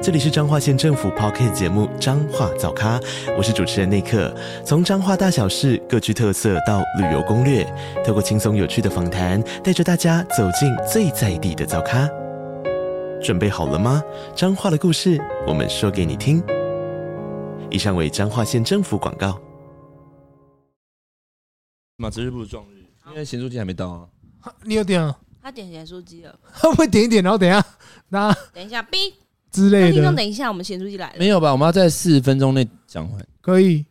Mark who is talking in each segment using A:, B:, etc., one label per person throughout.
A: 这里是彰化县政府 p o c k t 节目《彰化早咖》，我是主持人内克。从彰化大小事各具特色到旅游攻略，透过轻松有趣的访谈，带着大家走进最在地的早咖。准备好了吗？彰化的故事，我们说给你听。以上为彰化县政府广告。
B: 马哲日不如撞日，因为咸猪鸡还没到啊。
C: 你有点啊，
D: 他点咸酥鸡了，
C: 会不会点一点，然后等一下那
D: 等一下，哔，
C: 之
D: 那
C: 类
D: 听众
C: 的，
D: 等一下，我们咸酥鸡来了，
B: 没有吧？我们要在四十分钟内讲完
C: 可以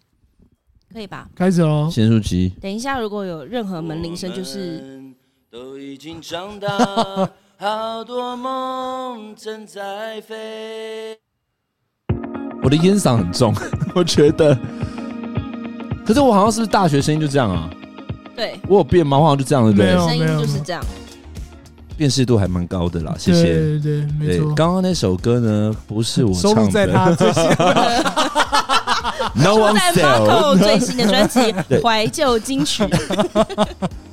D: 可以吧？
C: 开始喽。
B: 咸猪鸡。
D: 等一下，如果有任何门铃声，就是
E: 我们都已经长大，好多梦正在飞。
B: 我的烟嗓很重， 我觉得。可是我好像是不是大学声音就这样啊？
D: 对，
B: 我有变吗？我好像就这样，对不
C: 没有
B: 对？
D: 声音就是这样。
B: 辨识度还蛮高的啦，谢谢。
C: 对对对，没
B: 对，
C: 错。
B: 刚刚那首歌呢，不是我
C: 收
B: 唱的。
C: 录在他这些
B: No
D: 住
B: one
D: 在
B: sell。
D: Marco 最新的专辑
B: 对
D: 《怀旧金曲》，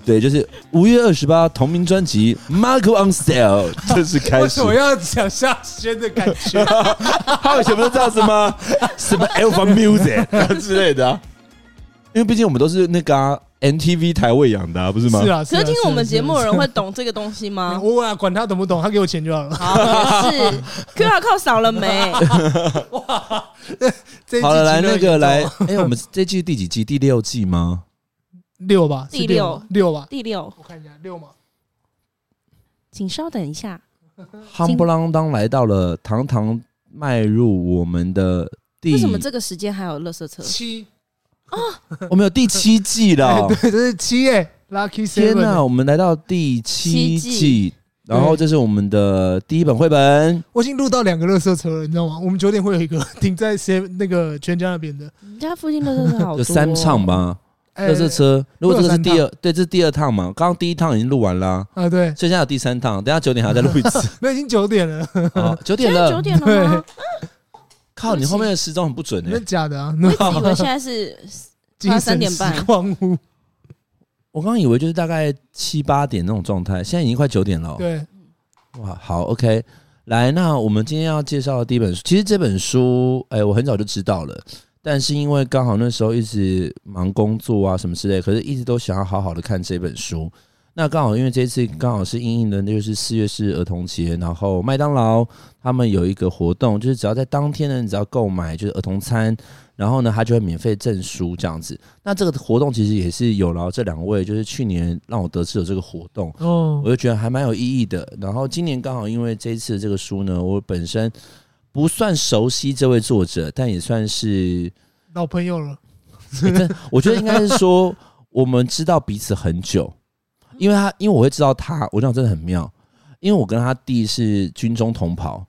B: 对，就是五月二十八同名专辑《Marco on Sale》正式开
C: 为
B: 始
C: 什。么要讲下轩的感觉？
B: 他以前不是这样子吗？什么 Alpha Music 之类的啊、因为毕竟我们都是那个啊、NTV 台喂养的、啊， 不是吗？
C: 是啊，
D: 可
C: 啊
D: 是听我们节目的人。
C: 是啊
D: 会懂这个东西
C: 是啊
D: 吗？
C: 我啊，管他懂不懂，他给我钱就好了。
D: 好，也是 QR code 扫了没？
C: 这一 季
B: 好了，来
C: 集
B: 那
C: 乐园
B: 个
C: 中
B: 来，哎、我们这季第几季？第六季吗？
C: 六吧，是
D: 第
C: 六吧六吧，
D: 第六，
C: 我看一下六嘛。
D: 请稍等一下，
B: 夯不啷当来到了，堂堂迈入我们的第
D: 为什么这个时间还有垃 圾车？
C: 七，
B: 我哦们有第七季了、
C: 哎对，这是七耶，Lucky
B: 哦天
C: Seven
B: 哪、
C: 耶。
B: 我们来到第七
D: 七
B: 季，然后这是我们的第一本绘本。
C: 我已经录到两个垃圾车了，你知道吗？我们九点会有一个停在 Seven 那个全家那边的，
D: 你家附近垃圾车好多哦，
B: 有三趟吧，
C: 哎
B: 热车车。如果这个是第
C: 会有
B: 二，对，这是第二趟嘛？刚刚第一趟已经录完啦、
C: 啊，对，
B: 所以现在有第三趟，等一下九点还要再录一 次。
C: 那已经九点了，
B: 好，九
D: 现
B: 点
D: 在
B: 了，
D: 九点了吗？
B: 靠，你后面的时钟很不准哎、
C: 那假的啊，
D: 我
C: 那
D: 一直以为现在是
C: 精
D: 快
C: 神
D: 三点半
C: 时光屋，
B: 我刚刚以为就是大概七八点那种状态，现在已经快九点了哦、
C: 对，
B: 哇，好，OK。来，那我们今天要介绍的第一本书，其实这本书，哎、我很早就知道了，但是因为刚好那时候一直忙工作啊什么之类，可是一直都想要好好的看这本书。那刚好因为这次刚好是应应的，那就是四月是儿童节，然后麦当劳他们有一个活动，就是只要在当天呢，你只要购买就是儿童餐，然后呢，他就会免费赠书这样子。那这个活动其实也是有劳这两位，就是去年让我得知有这个活动，
C: 哦
B: 我，就觉得还蛮有意义的。然后今年刚好因为这一次这个书呢，我本身不算熟悉这位作者，但也算是，
C: 老朋友了，
B: 诶真我觉得应该是 说我们知道彼此很久，因为他，因为我会知道他，我讲真的很妙，因为我跟他弟是军中同袍，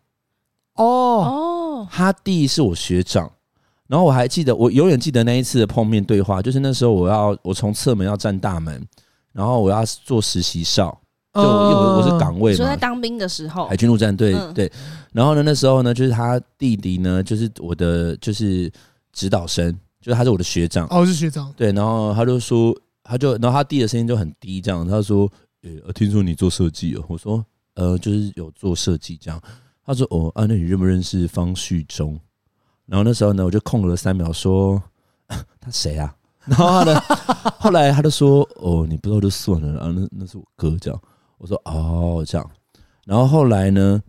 C: 哦，
D: 哦，
B: 他弟是我学长。然后我还记得，我永远记得那一次的碰面对话，就是那时候我要我从侧门要站大门，然后我要做实习哨，
C: 哦
B: 就我因为我我是岗位
D: 嗯你
B: 嘛，
D: 说在当兵的时候
B: 海，军陆战队、
D: 嗯
B: 对。然后呢，那时候呢，就是他弟弟呢，就是我的就是指导生，就是他是我的学长，
C: 哦，我是学长，
B: 对。然后他就说，他就然后他弟的声音就很低，这样他说，呃、听说你做设计哦，我说，呃，就是有做设计这样。他说，哦，啊，那你认不认识方旭中？然后那时候呢，我就空了三秒说，他谁啊？然后他呢，后来他就说，哦，你不知道就算了，啊，那那是我哥这样。我说哦，这样。然后后来呢，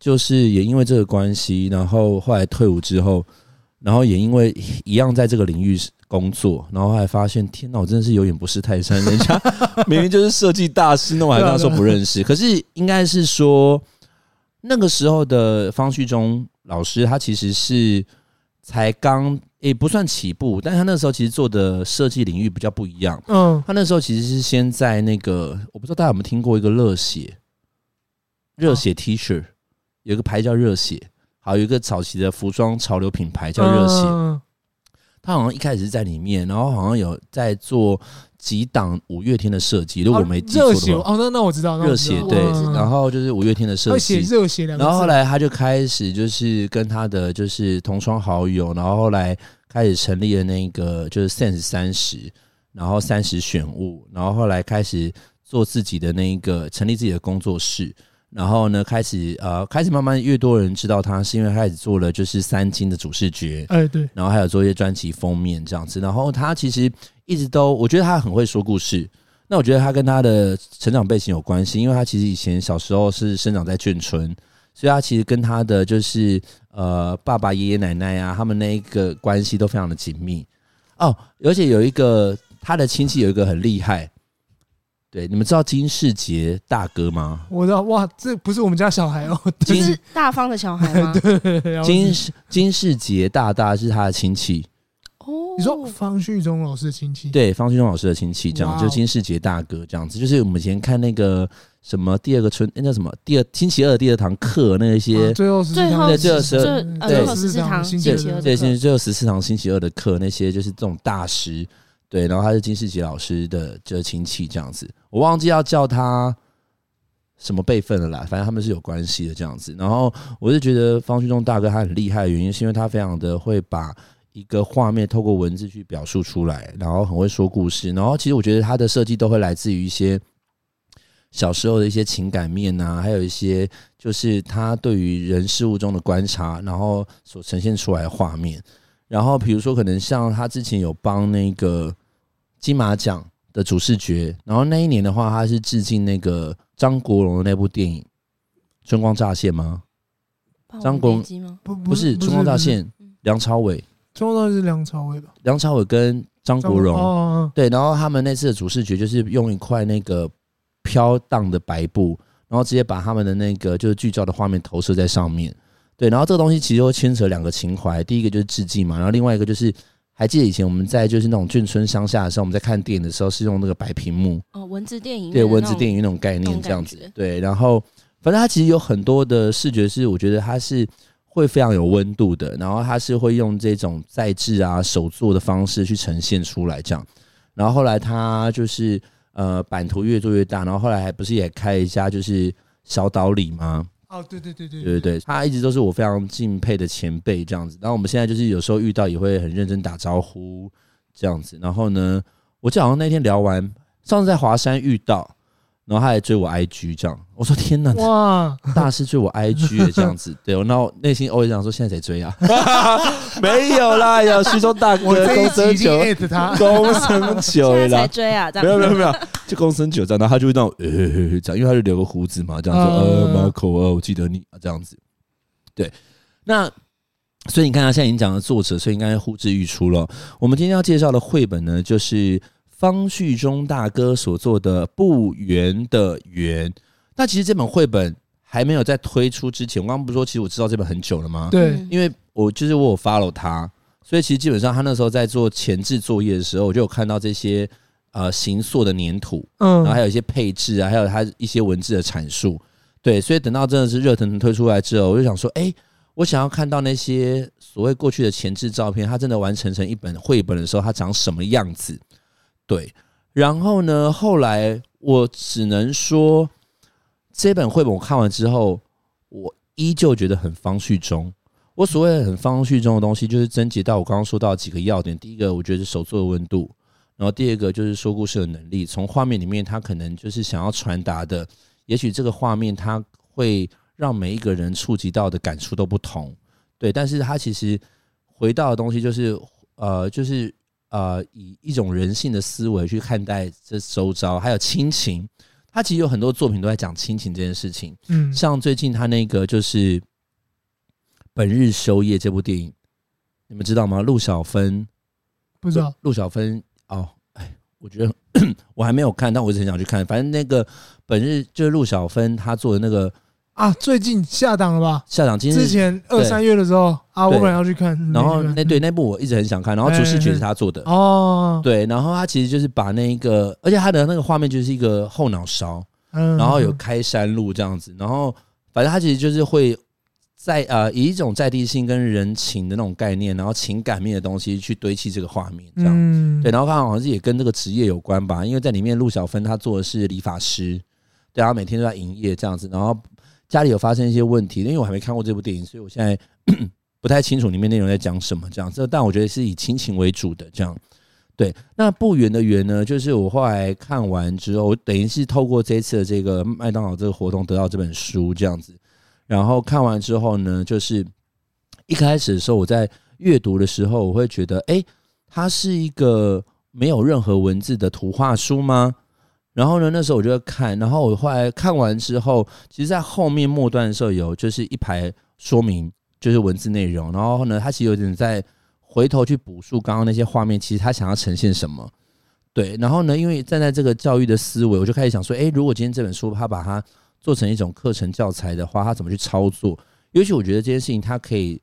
B: 就是也因为这个关系，然后后来退伍之后，然后也因为一样在这个领域工作，然后后来发现，天哪，我真的是有眼不识泰山，人家 明明就是设计大师，那我还跟他说不认识。可是应该是说，那个时候的方旭中老师，他其实是才刚也不算起步，但他那时候其实做的设计领域比较不一样。
C: 嗯，
B: 他那时候其实是先在那个，我不知道大家有没有听过一个热血，热
C: 哦
B: 血 T 恤，有一个牌叫热血，还有一个早期的服装潮流品牌叫热血。
C: 嗯
B: 他好像一开始是在里面，然后好像有在做几档五月天的设计，如果我没记错
C: 热血
B: 的话，
C: 哦，那那我知道，那我
B: 热
C: 知道
B: 血对
C: 嗯，
B: 然后就是五月天的设
C: 他写
B: 计，
C: 热血两个字，
B: 然后后来他就开始就是跟他的就是同窗好友，然后后来开始成立了那个就是 Sense 三十，然后三十选物，然后后来开始做自己的那个成立自己的工作室，然后呢开始呃开始慢慢越多人知道他，是因为他开始做了就是三金的主视觉，
C: 哎对，
B: 然后还有做一些专辑封面这样子。然后他其实一直都，我觉得他很会说故事。那我觉得他跟他的成长背景有关系，因为他其实以前小时候是生长在眷村，所以他其实跟他的就是呃爸爸、爷爷奶奶啊，他们那一个关系都非常的紧密哦。而且有一个他的亲戚有一个很厉害，对，你们知道金世杰大哥吗？
C: 我知道，哇，这不是我们家小孩哦，
D: 这
B: 金
D: 是大方的小孩吗？
B: 金金世杰大大是他的亲戚，
D: 哦，
C: 你说方旭中老师的亲戚，
B: 对，方旭东老师的亲戚，这样
C: 哇哦
B: 就金世杰大哥这样子，就是我们以前看那个什么第二个春，那叫什么第二星期二第二堂课那一些
C: 啊，最后是
D: 最后
B: 对最后十二
D: 呃
B: 最后
D: 十四堂
C: 星
D: 星
C: 期
D: 期二
C: 二
D: 的
B: 对，
D: 课
B: 星期就十四堂星期二的课那些，就是这种大师，对，然后他是金世杰老师的这亲戚这样子，我忘记要叫他什么辈分了啦，反正他们是有关系的这样子。然后我是觉得方旭东大哥他很厉害的原因，是因为他非常的会把一个画面透过文字去表述出来，然后很会说故事。然后其实我觉得他的设计都会来自于一些小时候的一些情感面啊，还有一些就是他对于人事物中的观察，然后所呈现出来的画面。然后比如说，可能像他之前有帮那个金马奖的主视觉，然后那一年的话，他是致敬那个张国荣的那部电影《春光乍泄》吗？
D: 霸王
B: 张国荣
D: 别姬吗？
C: 不
B: 嗯不是，《春光乍，泄》梁朝伟，
C: 中光大是梁朝伟吧？
B: 梁朝伟跟张国
C: 哦
B: 荣，
C: 哦，
B: 对，然后他们那次的主视觉就是用一块那个飘荡的白布，然后直接把他们的那个就是剧照的画面投射在上面。对，然后这个东西其实又牵扯两个情怀，第一个就是致敬嘛，然后另外一个就是还记得以前我们在就是那种眷村乡下的时候，我们在看电影的时候是用那个白屏幕，
D: 哦，文字电影
B: 对文字
D: 影
B: 电影那种概
D: 那
B: 念
D: 种
B: 这样
D: 感
B: 子
D: 觉。
B: 对，然后反正它其实有很多的视觉是，我觉得它是会非常有温度的，然后它是会用这种再制啊、手做的方式去呈现出来这样。然后后来他就是呃版图越做越大，然后后来还不是也开了一家就是小岛里吗？
C: 哦，对对对对
B: 对对对，他一直都是我非常敬佩的前辈这样子。然后我们现在就是有时候遇到也会很认真打招呼这样子。然后呢，我记得好像那天聊完，上次在华山遇到，然后他还追我 IG 这样，我说天 哪，
C: 哇，
B: 大师追我 IG 耶这样子。对，那我内心偶尔想说现在谁追啊？ 没有啦，有徐州大
C: 我
B: 哥
C: 这
B: 公
C: 一
B: 升
C: 集已经
B: 酒，
C: at 他，
B: 公升酒
D: 现在
B: 啦
D: 才。追啊，这
B: 没有
D: 样
B: 没有没有，就公升酒这样，然后他就会那种呃这样，因为他就留个胡子嘛，这样说呃
C: 嗯
B: Marco 呃我记得你啊这样子，对，那所以你看他现在已经讲了作者，所以应该呼之欲出了。我们今天要介绍的绘本呢，就是方旭中大哥所做的《不圆的圆》。那其实这本绘本还没有在推出之前，我刚刚不是说其实我知道这本很久了吗？
C: 对，
D: 嗯
B: 因为我就是我有 follow 他，所以其实基本上他那时候在做前置作业的时候，我就有看到这些呃形塑的粘土，
C: 嗯
B: 然后还有一些配置啊，还有它一些文字的阐述。对，所以等到真的是热腾腾推出来之后，我就想说，哎、我想要看到那些所谓过去的前置照片，它真的完成成一本绘本的时候，它长什么样子？对，然后呢，后来我只能说，这本绘本我看完之后，我依旧觉得很方序中。我所谓的很方序中的东西，就是征集到我刚刚说到的几个要点。第一个，我觉得是手作的温度；然后第二个就是说故事的能力，从画面里面他可能就是想要传达的，也许这个画面它会让每一个人触及到的感触都不同，对，但是它其实回到的东西就是呃，就是呃，以一种人性的思维去看待这周遭，还有亲情。他其实有很多作品都在讲亲情这件事情，
C: 嗯
B: 像最近他那个就是《本日休业》这部电影，你们知道吗？陆小芬
C: 不知道，
B: 陆小芬哦，哎，我觉得 我还没有看，但我一直很想去看。反正那个本日就是陆小芬她做的那个
C: 啊，最近下档了吧？
B: 校长今
C: 之
B: 日，
C: 前二三月的时候啊，我
B: 对
C: 本来要去看，
B: 然后
C: 没去看
B: 那对那部我一直很想看，然后主视觉是她做的，
C: 哎哦，
B: 对，然后她其实就是把那一个，而且她的那个画面就是一个后脑勺，
C: 嗯
B: 然后有开山路这样子，然后反正他其实就是会在呃以一种在地性跟人情的那种概念，然后情感面的东西去堆砌这个画面，这样。
C: 嗯
B: 对，，然后他好像是也跟这个职业有关吧，因为在里面陆小芬她做的是理发师，对，她每天都在营业这样子，然后家里有发生一些问题，因为我还没看过这部电影，所以我现在 不太清楚里面内容在讲什么这样子，但我觉得是以亲情为主的这样。对，那不远的远呢，就是我后来看完之后，我等于是透过这一次的这个麦当劳这个活动得到这本书这样子，然后看完之后呢，就是一开始的时候我在阅读的时候，我会觉得，哎、它是一个没有任何文字的图画书吗？然后呢，那时候我就在看，然后我后来看完之后，其实，在后面末段的时候有就是一排说明，就是文字内容。然后呢，它其实有点在回头去补述刚刚那些画面，其实他想要呈现什么。对，然后呢，因为站在这个教育的思维，我就开始想说，诶，如果今天这本书他把它做成一种课程教材的话，他怎么去操作？尤其我觉得这件事情，它可以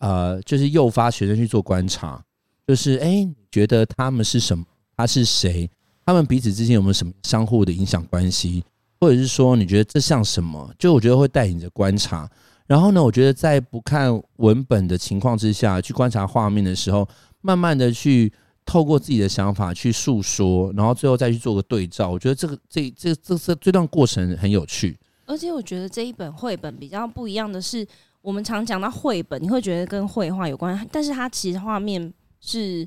B: 呃，就是诱发学生去做观察，就是哎、诶你觉得他们是什么？他是谁？他们彼此之间有没有什么相互的影响关系？或者是说，你觉得这像什么？就我觉得会带你的观察。然后呢，我觉得在不看文本的情况之下，去观察画面的时候，慢慢的去透过自己的想法去诉说，然后最后再去做个对照。我觉得这个这这这这这段过程很有趣。
D: 而且我觉得这一本绘本比较不一样的是，我们常讲到绘本，你会觉得跟绘画有关，但是它其实画面是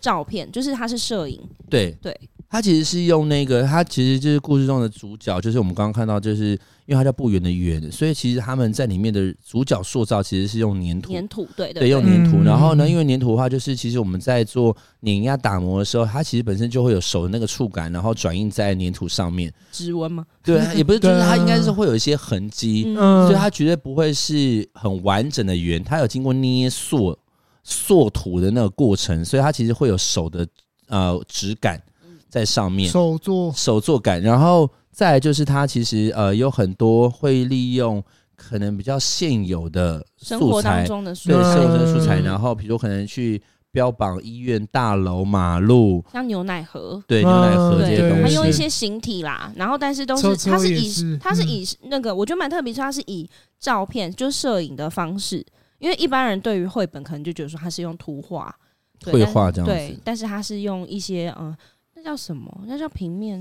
D: 照片，就是它是摄影，
B: 对
D: 对，
B: 他其实是用那个，他其实就是故事中的主角，就是我们刚刚看到，就是因为他叫不远的远，所以其实他们在里面的主角塑造其实是用粘土，
D: 粘土，对对
B: 对，用
D: 对
B: 粘土。
C: 嗯
B: 然后呢，因为粘土的话，就是其实我们在做碾压打磨的时候，它其实本身就会有手的那个触感，然后转印在粘土上面。
D: 指纹吗？
B: 对，也不是，就是
C: 对啊
B: 它应该是会有一些痕迹。
C: 嗯
B: 所以它绝对不会是很完整的圆，它有经过捏塑塑土的那个过程，所以它其实会有手的呃质感
D: 嗯
B: 在上面，
C: 手作，
B: 手作感。然后再来就是它其实呃有很多会利用可能比较现有的
D: 生
B: 素
D: 活当
B: 材，
D: 中的素
B: 对
D: 材，
B: 生活的素材，
C: 嗯
B: 然后比如可能去标榜医院、大楼、马路，
D: 像牛奶盒。
B: 对牛奶盒呃这
D: 嗯对
B: 些
C: 对
D: 它
B: 东
D: 用
B: 西
D: 一。些形体啦，然后但是都
C: 车
D: 是
C: 车
D: 它是
C: 也
D: 以
C: 是嗯
D: 它是以那个，我觉得蛮特别，是它是以照片就是摄影的方式，因为一般人对于绘本可能就觉得说它是用图画，对
B: 绘
D: 但是
B: 画这样
D: 对
B: 子，，
D: 但是它是用一些嗯、呃那叫什么？那叫平面，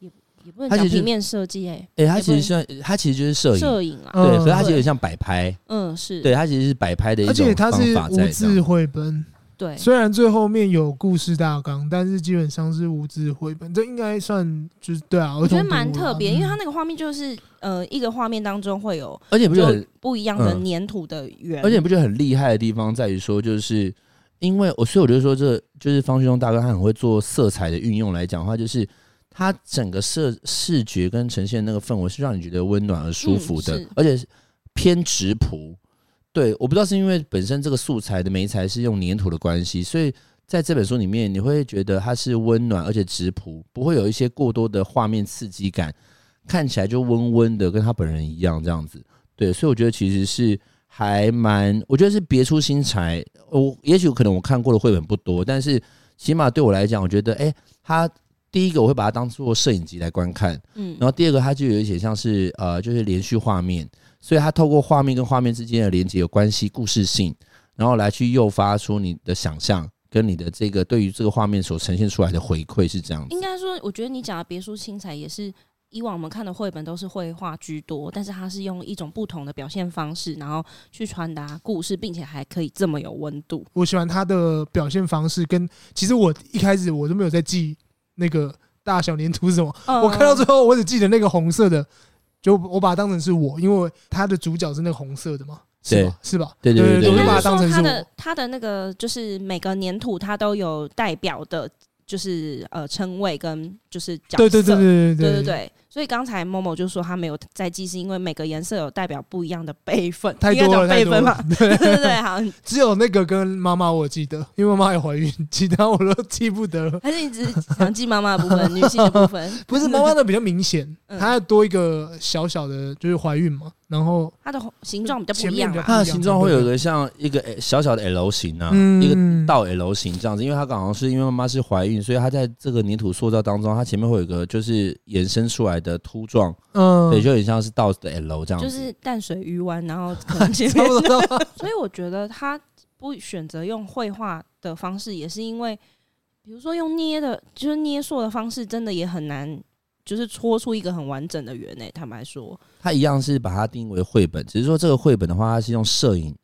D: 也也不
B: 它
D: 能
B: 其
D: 讲
B: 实
D: 平面设计哎，
B: 哎、它其实像它其实就是摄影，
D: 摄影啊，
B: 对，
C: 嗯
B: 可是它其实有
D: 对
B: 点像摆拍，
D: 嗯，是，
B: 对，它其实是摆拍的一
C: 而
B: 种
C: 且它
B: 方
C: 是
B: 法
C: 无
B: 在这
C: 字
B: 样。
C: 绘本，
D: 对，
C: 虽然最后面有故事大纲，但是基本上是无字绘本，这应该算就是对啊，
D: 我觉
C: 儿
D: 得
C: 童
D: 蛮
C: 读物
D: 特
C: 啦
D: 别，因为它
C: 嗯
D: 那个画面就是呃，一个画面当中会有
B: 而且不是
D: 就
B: 很，
D: 不一样的
B: 嗯
D: 粘土的圆，
B: 而且不觉得很厉害的地方在于说，就是因为我，所以我就说这就是方旭东大哥他很会做色彩的运用来讲的话，就是他整个色视觉跟呈现那个氛围是让你觉得温暖而舒服的，
D: 嗯是
B: 而且是偏直朴。对，我不知道是因为本身这个素材的媒材是用粘土的关系，所以在这本书里面，你会觉得它是温暖而且直朴，不会有一些过多的画面刺激感，看起来就温温的，跟他本人一样这样子。对，所以我觉得其实是还蛮，我觉得是别出心裁。我也许可能我看过的绘本不多，但是起码对我来讲，我觉得哎、它第一个我会把它当做摄影集来观看，
D: 嗯
B: 然，后第二个它就有一些像是呃，就是连续画面，所以它透过画面跟画面之间的连接有关系、故事性，然后来去诱发出你的想象跟你的这个对于这个画面所呈现出来的回馈是这样子
D: 应。该说，我觉得你讲的别墅青彩也是以往我们看的绘本都是绘画居多，但是它是用一种不同的表现方式，然后去传达故事，并且还可以这么有温度。
C: 我喜欢他的表现方式，跟其实我一开始我都没有在记那个大小粘土是什么，
D: 呃
C: 我看
D: 嗯
C: 到最后我只记得那个红色的，就我把它当成是我，因为他的主角是那个红色的嘛，是
B: 对
C: 吧？是吧？
B: 对对
C: 对
B: 对对
C: 我
D: 应
C: 就
B: 对
C: 把
D: 该
C: 它
D: 是
C: 当
D: 说
C: 成是
D: 它
C: 我
D: 的。它的那个就是每个粘土它都有代表的，就是呃称谓跟就是角色，
C: 对对对
D: 对
C: 对
D: 对
C: 对
D: 对所以刚才某某就说他没有在记，是因为每个颜色有代表不一样的辈分，
C: 太
D: 应该
C: 多了，
D: 讲
C: 太
D: 辈
C: 多
D: 分嘛
C: 了。。
D: 对对对，好，
C: 只有那个跟妈妈我记得，因为妈妈也怀孕，其他我都记不得。
D: 还是你只是想记妈妈的部分，女性的部分，
C: 不是妈妈的比较明显，
D: 嗯
C: 她多一个小小的，就是怀孕嘛，然后
D: 它的形状比较不一
C: 前面
D: 样
C: 比较
D: 啦
C: 不一
B: 它
C: 样
B: 的形状会有一个像一个小小的 L 型啊，
C: 嗯
B: 一个倒 L 型这样子，因为它刚好是因为妈妈是怀孕，所以它在这个泥土塑造当中，它前面会有一个就是延伸出来的凸状，
C: 嗯，
B: 对，就有点像是倒的 L 这样子。
D: 就是淡水鱼丸，然后可能前
C: 差
D: 面
C: 不多。
D: 所以我觉得他不选择用绘画的方式，也是因为，比如说用捏的，就是捏塑的方式，真的也很难，就是搓出一个很完整的圆诶、坦白说，
B: 它一样是把它定为绘本，只是说这个绘本的话，它是用摄影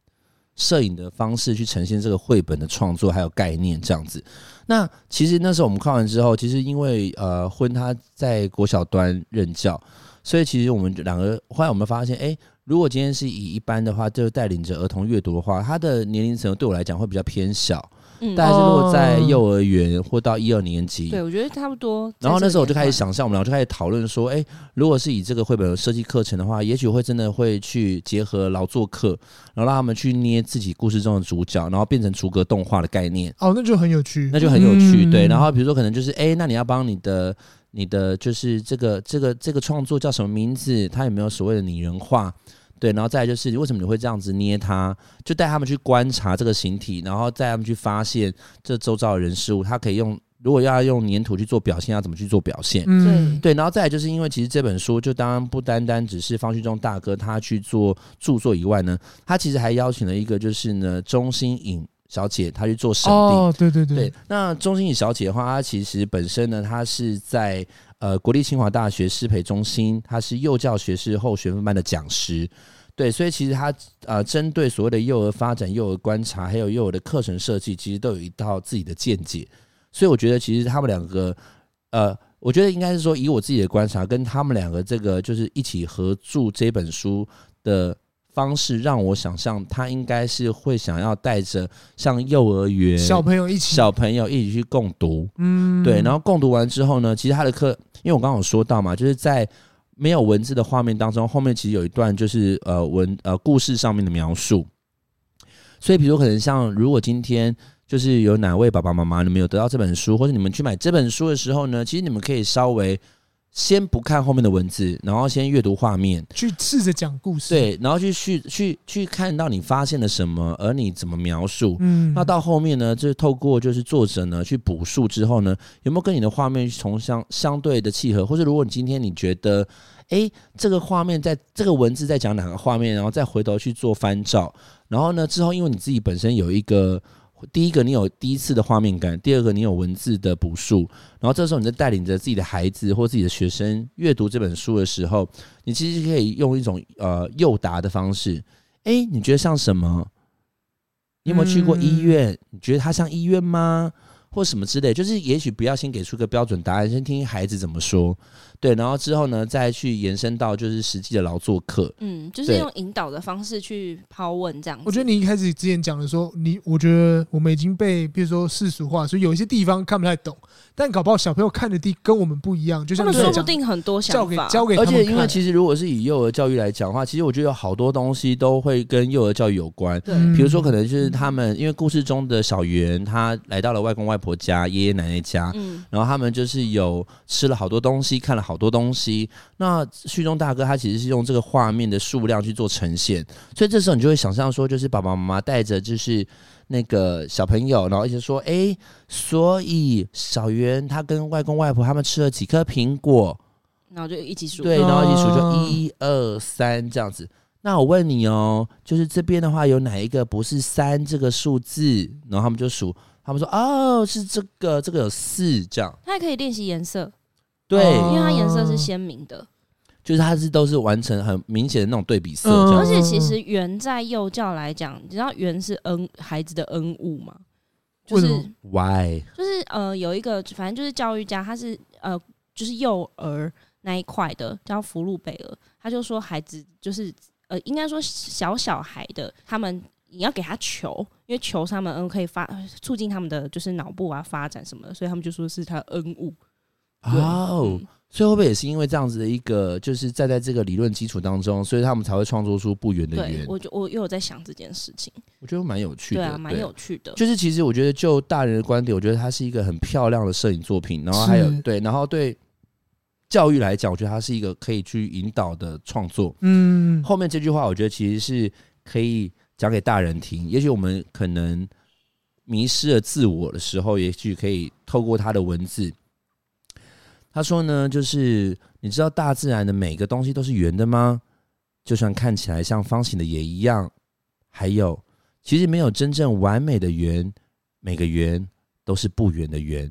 B: 摄影的方式去呈现这个绘本的创作还有概念这样子。那其实那时候我们看完之后，其实因为呃婚他在国小端任教，所以其实我们两个后来我们发现，哎、如果今天是以一般的话，就是带领着儿童阅读的话，他的年龄层对我来讲会比较偏小，
D: 嗯，
B: 大概是落在
C: 哦
B: 幼儿园或到一二年级。
D: 对我觉得差不多。
B: 然后那时候我就
D: 嗯
B: 开始，想象，我们俩就开始讨论说，哎、如果是以这个绘本设计课程的话，也许会真的会去结合劳作课，然后让他们去捏自己故事中的主角，然后变成逐格动画的概念，
C: 哦，那就很有趣，
B: 那就很有趣。
C: 嗯
B: 对，然后比如说可能就是，哎、那你要帮你的你的就是这个这个这个创作叫什么名字？它有没有所谓的拟人化？对，然后再来就是为什么你会这样子捏它？就带他们去观察这个形体，然后带他们去发现这周遭的人事物，他可以用如果要用粘土去做表现，要怎么去做表现？
C: 嗯，
B: 对，然后再来就是因为其实这本书就当然不单单只是方旭中大哥他去做著作以外呢，他其实还邀请了一个就是呢钟欣颖小姐她去做审定。
C: 哦，对对对
B: 对，，那钟欣颖小姐的话，她其实本身呢，她是在呃国立清华大学师培中心，她是幼教学士后学分班的讲师。对，所以其实她呃，针对所谓的幼儿发展、幼儿观察，还有幼儿的课程设计，其实都有一套自己的见解。所以我觉得，其实他们两个，呃，我觉得应该是说，以我自己的观察，跟他们两个这个就是一起合著这本书的方式，让我想象他应该是会想要带着像幼儿园
C: 小朋友一起，
B: 小朋友一起去共读，
C: 嗯，
B: 对，然后共读完之后呢，其实他的课，因为我刚刚有说到嘛，就是在没有文字的画面当中，后面其实有一段就是呃文呃故事上面的描述，所以比如可能像如果今天。就是有哪位爸爸妈妈你们有得到这本书，或者你们去买这本书的时候呢，其实你们可以稍微先不看后面的文字，然后先阅读画面，
C: 去试着讲故事，，
B: 对，然后去去去去看到你发现了什么，而你怎么描述，
C: 嗯，
B: 那到后面呢，就是透过就是作者呢去补述之后呢，有没有跟你的画面从相相对的契合？或者如果你今天你觉得，诶，这个画面在这个文字在讲哪个画面，然后再回头去做翻照，然后呢之后因为你自己本身有一个。第一个，你有第一次的画面感；第二个，你有文字的补述。然后这时候，你在带领着自己的孩子或自己的学生阅读这本书的时候，你其实可以用一种呃诱答的方式。诶，你觉得像什么？你有没有去过医院？你觉得它像医院吗？或什么之类，就是也许不要先给出个标准答案，先听孩子怎么说，对，然后之后呢，再去延伸到就是实际的劳作课。
D: 嗯，就是
B: 对
D: 用引导的方式去抛问这样子。
C: 我觉得你一开始之前讲的说，你我觉得我们已经被比如说世俗化，所以有一些地方看不太懂，但搞不好小朋友看的地跟我们不一样，就
D: 他
C: 像
D: 们
C: 你
D: 说
C: 讲
D: 不定很多想
C: 交给
D: 法，
C: 交给他
B: 而
C: 们
B: 且因为
C: 看
B: 其实如果是以幼儿教育来讲的话，其实我觉得有好多东西都会跟幼儿教育有关。
D: 对，
C: 嗯
B: 比如说，可能就是他们，因为故事中的小圆，他来到了外公外婆家、爷爷奶奶家，
D: 嗯，
B: 然后他们就是有吃了好多东西，看了好多东西。那旭中大哥他其实是用这个画面的数量去做呈现，所以这时候你就会想象说，就是爸爸妈妈带着就是那个小朋友，然后一直说，诶，所以小圆他跟外公外婆他们吃了几颗苹果，
D: 然后就一起数，
B: 对，然后一起数
C: 哦
B: 就一二三这样子。那我问你哦，就是这边的话有哪一个不是三这个数字？然后他们就数，他们说哦是这个，这个有四这样。
D: 他还可以练习颜色，
B: 对，
D: 因为它颜色是鲜明的，
B: 就是它是都是完成很明显的那种对比色这样。
D: 而且其实圆在幼教来讲，你知道圆是恩孩子的恩物吗？就
C: 为什么
D: 是
B: Why？
D: 就是呃，有一个反正就是教育家，他是呃，就是幼儿那一块的，叫福禄贝尔，他就说孩子就是呃，应该说小小孩的，他们你要给他球，因为球是他们嗯可以发促进他们的就是脑部啊发展什么的，所以他们就说是他恩物。对
B: 哦
D: 嗯，
B: 所以会不会也是因为这样子的一个，就是站在这个理论基础当中，所以他们才会创作出不圆的
D: 对
B: 圆？
D: 我就我又有在想这件事情，
B: 我觉得蛮有趣的，
D: 对啊，蛮有。趣的。
B: 就是其实我觉得，就大人的观点，我觉得它是一个很漂亮的摄影作品，然后还有
C: 是
B: 对，然后对教育来讲，我觉得它是一个可以去引导的创作。
C: 嗯，
B: 后面这句话，我觉得其实是可以讲给大人听。也许我们可能迷失了自我的时候，也许可以透过他的文字。他说呢，就是你知道大自然的每个东西都是圆的吗？就算看起来像方形的也一样。还有，其实没有真正完美的圆，每个圆都是不圆的圆。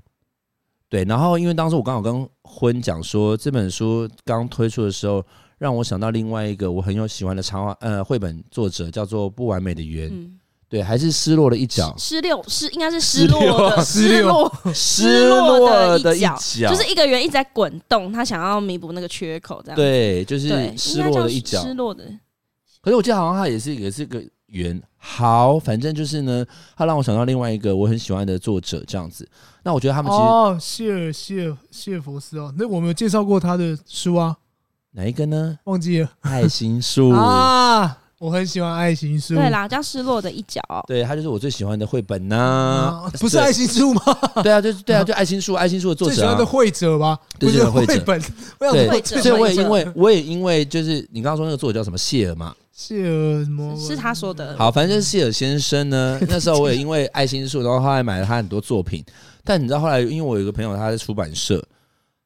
B: 对，然后因为当时我刚好跟婚讲说，这本书刚推出的时候，让我想到另外一个我很有喜欢的插画呃绘本作者，叫做《不完美的圆》。
D: 嗯，
B: 对，还是失落了一角，
D: 失六失应该是
B: 失
D: 失落的
C: 失
D: 失落，
B: 失
D: 落
B: 的
D: 一
B: 角，
D: 就是一个圆一直在滚动，他想要弥补那个缺口，这样
B: 对，就是
D: 对，
B: 失
D: 应该
B: 落
D: 叫
B: 的一角。
D: 失落的
B: 可是我记得好像它也是也是个圆。好，反正就是呢，它让我想到另外一个我很喜欢的作者这样子。那我觉得他们其实、
C: 哦，谢尔谢尔谢尔佛斯哦，那我们有介绍过他的书啊，
B: 哪一个 呢？
C: 忘记了
B: 爱心树。
C: 啊，我很喜欢爱情书，
D: 对啦，叫失落的一角。
B: 对，它就是我最喜欢的绘本呐、
C: 啊，不是
B: 对
C: 爱情书吗？
B: 对啊，就是对啊，就爱心树，爱心树的作
C: 哦最喜
B: 者、
C: 欢的
B: 啊。
C: 绘者吧，
B: 对最
C: 不
B: 喜
C: 是
B: 欢绘者
C: 本，我想
B: 对
C: 说
D: 绘者
C: 最
B: 所以我也
D: 绘者
B: 因为我也因为就是你刚刚说那个作者叫什么谢尔嘛，
C: 谢尔什么
D: 是他说的，
B: 好，反正就是谢尔先生 呢，那时候我也因为爱心树，然后后来买了他很多作品。但你知道后来，因为我有一个朋友他在出版社，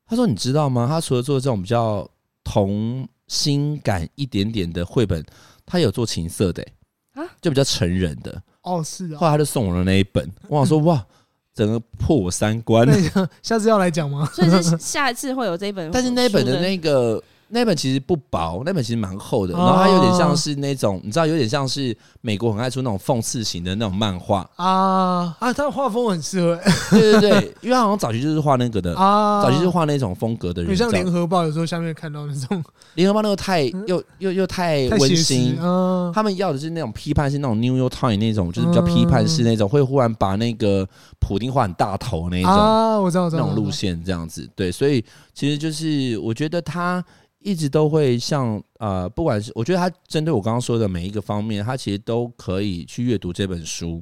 B: 他说你知道吗？他除了做这种比较童心感一点点的绘本，他有做情色的、欸
D: 啊
B: 就比较成人的。
C: 哦，是的
B: 后，来他就送我了那一本，我想说哇，整个破我三观。
C: 那你下次要来讲吗？
D: 所以是下一次会有这一本书，
B: 但是那本的那个 哦那本其实不薄，那本其实蛮厚的，然后它有点像是那种，你知道，有点像是美国很爱出那种讽刺型的那种漫画。
C: 啊啊，他的画风很适合
B: 对对对， 因为他好像早期就是画那个的，
C: 啊，
B: 呃早期就是画那种风格的
C: 有
B: 人。
C: 点像
B: 这样
C: 联合报，有时候下面看到那种
B: 联合报那个太又又又嗯太嗯
C: 太
B: 温
C: 写实
B: 馨，
C: 啊，
B: 他们要的是那种批判性，那种 New York Times 那种，就是比较批判式那种，会忽然把那个普丁画很大头那一种。
C: 啊，我知道，我知
B: 那
C: 道
B: 种路，线这样子。对，所以其实就是我觉得他一直都会像呃，不管是我觉得他针对我刚刚说的每一个方面，他其实都可以去阅读这本书。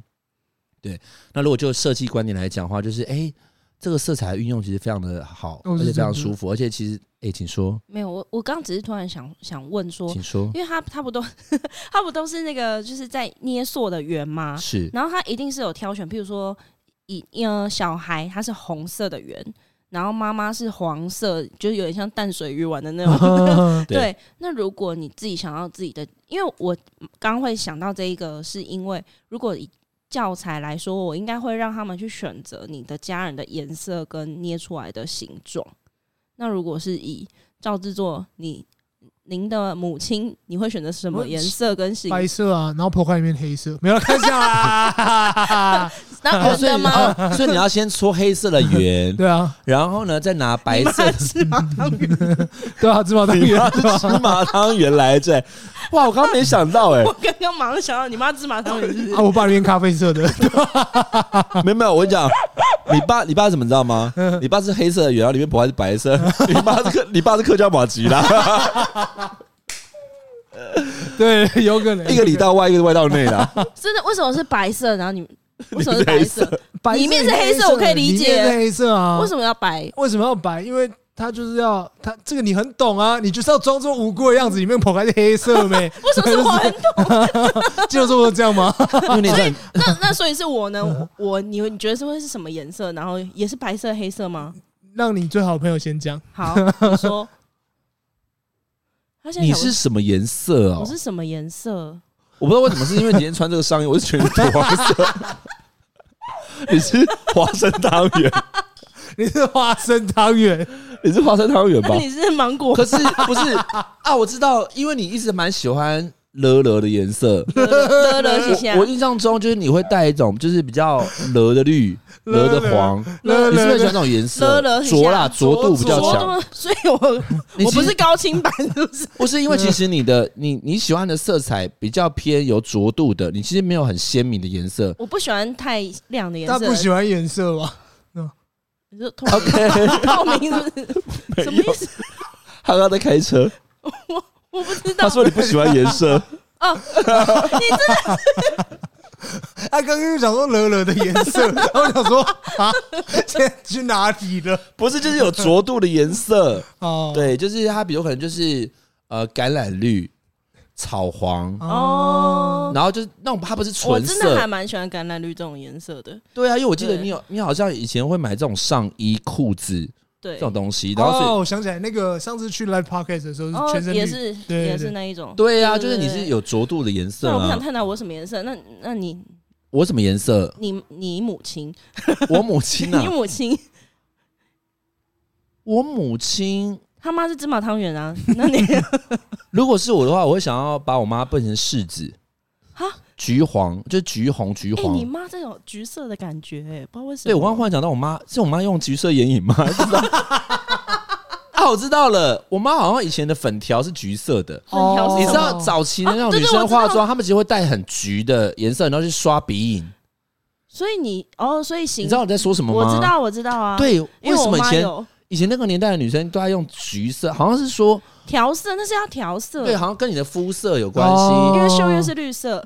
B: 对，那如果就设计观点来讲的话，就是哎、诶这个色彩运用其实非常的好，
C: 哦
B: 而且
C: 是
B: 非常
C: 真的
B: 舒服，而且其实哎、诶请说，
D: 没有我，我刚只是突然想想问说，
B: 请说，
D: 因为他他不都 他不都是那个就是在捏塑的圆吗？
B: 是
D: 然后他一定是有挑选，譬如说以呃小孩他是红色的圆，然后妈妈是黄色，就是有点像淡水鱼丸的那 种。
C: 啊
B: 对
D: 对，那如果你自己想要自己的，因为我刚会想到这一个，是因为如果以教材来说，我应该会让他们去选择你的家人的颜色跟捏出来的形状。那如果是以照制作，你您的母亲，你会选择什么
C: 我
D: 颜色跟形？
C: 白色啊，然后破开里面黑色，没有看一下啦，
D: 那
B: 哦
D: 红
B: 所以
D: 的
B: 你
D: 吗？
B: 哦，所以你要先搓黑色的 圆，
C: 对啊，
B: 然后呢再拿白色的
D: 是吗？
C: 对啊，芝麻大圆，对吧
B: 芝麻汤圆来着。哇，我刚刚没想到哎、
D: 我刚刚马上想到你妈芝麻汤圆 是
C: 啊，我爸里面咖啡色的，
B: 没有没有，我跟你讲， 你爸你爸怎么知道吗？你爸是黑色的圆，然后里面补还是白色。 你爸是客，你爸是客家马吉啦，
C: 对，有可能
B: 一个里到外，一个外到内啦。
D: 真的为什么是白色？然后你为什么是白 色？
C: 白色
D: 里面是黑色我可以理解
C: 里面是黑色啊，
D: 为什么要白？
C: 为什么要白？因为他就是要他这个你很懂啊，你就是要装作无辜的样子，里面跑开是黑色呗。为
D: 为 什么是我很懂？
C: 就说这样吗？
B: 因 为你很
D: 那那所以是我呢？
B: 嗯
D: 我我你你觉得是会是什么颜色？然后也是白色黑色吗？
C: 让你最好的朋友先讲。
D: 好，你说。他现在
B: 你
D: 想
B: 是什么颜色
D: 我
B: 哦？
D: 是什么颜色？
B: 我不知道为什么，是因为你今天穿这个上衣，我是 全土黄色。你是花生汤圆，
C: 你是花生汤圆，
B: 你是花生汤圆吧
D: 那？你是芒 果
B: 可是不是啊？我知道，因为你一直蛮喜欢乐乐的颜色。
D: 的 了一下
B: 我？我印象中就是你会带一种就是比较乐的 绿、乐的黄，
C: 乐
B: 你是不
C: 乐
B: 是喜欢这种颜
D: 了
B: 色？
D: 了一下
B: 浊啦，浊度比较
D: 浊
B: 强。
D: 度所以我
B: 你
D: 我
B: 其
D: 不
B: 实
D: 是高清版，是不是？。
B: 不是因为其实你的你你喜欢的色彩比较偏有浊度的，你其实没有很鲜明的颜色
D: 我不喜欢太亮的颜
C: 他
D: 色。
C: 不喜欢颜色吧？
D: 你说透明 透明是不是？什么意思？
B: 他刚在开车，
D: 我不知道。
B: 他说你不喜欢颜色，
D: 哦，你真的
C: 他刚刚又讲说惹惹的颜色， 然后我想说啊，现在去哪里了？
B: 不是就是有浊度的颜 色，
C: 哦，
B: 对，就是它比如可能就是呃橄榄绿、草黄，
D: 哦，
B: 然后就是那种它不是
D: 我
B: 纯
D: 真的还
B: 色，
D: 蛮喜欢橄榄绿这种颜色的，
B: 对啊，因为我记得
D: 对
B: 你有你好像以前会买这种上衣、裤子
D: 对
B: 这，种东西，然后哦是。
C: 哦，我想起来，那个上次去 live podcast 的时候是全身绿，
D: 哦也是
C: 对对
D: 也是那一种，
B: 对啊，就
D: 对
B: 是
D: 对
B: 你是有浊度的颜色
D: 那我不想
B: 啊。
D: 探讨我什么颜色，那那你
B: 我什么颜 色？
D: 你你母亲，
B: 我母亲啊
D: 你，母亲
B: 我母亲。
D: 他妈是芝麻汤圆 啊，那你
B: 如果是我的话，我会想要把我妈变成柿子
D: 哈，
B: 橘黄，就是橘红，橘
D: 哎、
B: 黄。
D: 你妈这种橘色的感觉、哎，不知道为什么。
B: 对我刚刚忽然想到，我妈是我妈用橘色眼影吗？ 不知道啊，我知道了，我妈好像以前的粉条是橘色的。
D: 粉条
B: 哦你
D: 是什么
B: 知道早期的那种
D: 哦对
B: 女
D: 对我
B: 生
D: 知道
B: 化妆，她们其实会带很橘的颜色，然后去刷鼻影。
D: 所以你哦，所以行，
B: 你知道我在说什么
D: 我
B: 吗？
D: 知。道，我知道啊。，
B: 对，
D: 因
B: 为什
D: 我
B: 么以
D: 妈
B: 前
D: 有
B: 以前那个年代的女生都爱用橘色？好像是说
D: 调色，那是要调色，
B: 对，好像跟你的肤色有关系。
C: 哦
D: 因为秀月是绿色，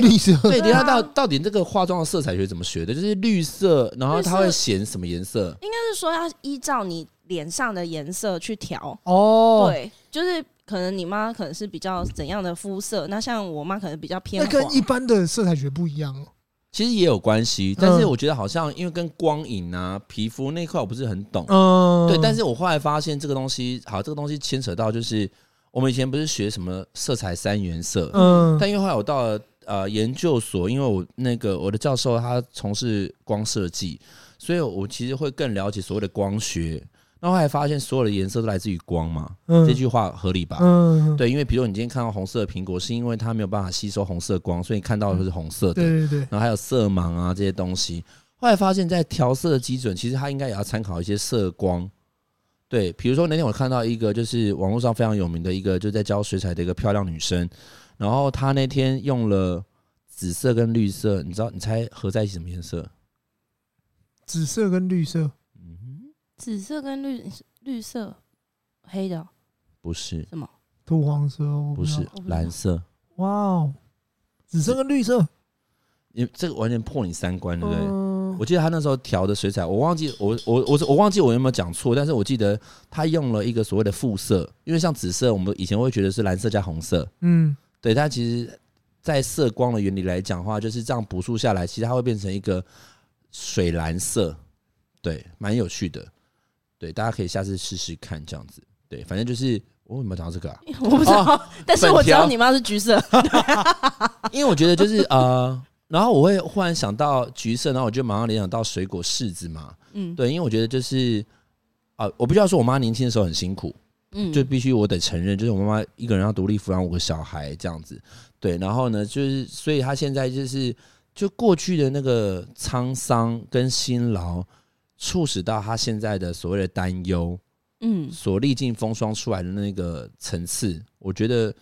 C: 绿色，
B: 对，你
D: 对啊
B: 要到到底这个化妆的色彩学怎么学的？就是绿色，然后它会
D: 绿色
B: 显什么颜色？
D: 应该是说要依照你脸上的颜色去调。
C: 哦，
D: 对，就是可能你妈可能是比较怎样的肤色，那像我妈可能比较偏
C: 那
D: 黄。
C: 跟一般的色彩学不一样哦。
B: 其实也有关系，但是
C: 嗯
B: 我觉得好像因为跟光影啊、皮肤那一块我不是很懂。
C: 嗯，
B: 对，但是我后来发现这个东西，好，这个东西牵扯到就是我们以前不是学什么色彩三原色，
C: 嗯，
B: 但因为后来我到了呃研究所，因为我那个我的教授他从事光设计，所以我其实会更了解所谓的光学。那后来发现所有的颜色都来自于光嘛，
C: 嗯
B: 这句话合理吧？
C: 嗯，
B: 对，因为比如你今天看到红色的苹果，是因为它没有办法吸收红色光，所以你看到的是红色的。
C: 对对对，
B: 然后还有色盲啊这些东西。后来发现，在调色的基准，其实它应该也要参考一些色光。对，比如说那天我看到一个，就是网络上非常有名的一个，就在教水彩的一个漂亮女生，然后她那天用了紫色跟绿色，你知道你猜合在一起什么颜色？
C: 紫色跟绿色，
B: 嗯，
D: 紫色跟绿绿色，黑的哦、
B: 不是，
D: 什么？
C: 土黄色哦，
B: 不是
D: 我不知道
B: 蓝色。
C: 哇哦，紫色跟绿色，
B: 因为这个完全破你三观，对不对？
C: 嗯
B: 我记得他那时候调的水彩，我忘记我我我我忘记我有没有讲错，但是我记得他用了一个所谓的复色，因为像紫色，我们以前会觉得是蓝色加红色，
C: 嗯，
B: 对，它其实在色光的原理来讲的话，就是这样补述下来，其实它会变成一个水蓝色，对，蛮有趣的，对，大家可以下次试试看这样子，对，反正就是我有没有讲到这个啊？
D: 我不知道， 但是我知
B: 粉
D: 道
B: 条
D: 你妈是橘色。
B: 因为我觉得就是呃，然后我会忽然想到橘色，然后我就马上联想到水果柿子嘛。
D: 嗯，
B: 对，因为我觉得就是啊、我必须要说，我妈年轻的时候很辛苦，
D: 嗯，
B: 就必须我得承认，就是我妈妈一个人要独立抚养五个小孩这样子。对，然后呢，就是所以她现在就是就过去的那个沧桑跟辛劳，促使到她现在的所谓的担忧，
D: 嗯，
B: 所历尽风霜出来的那个层次，我觉得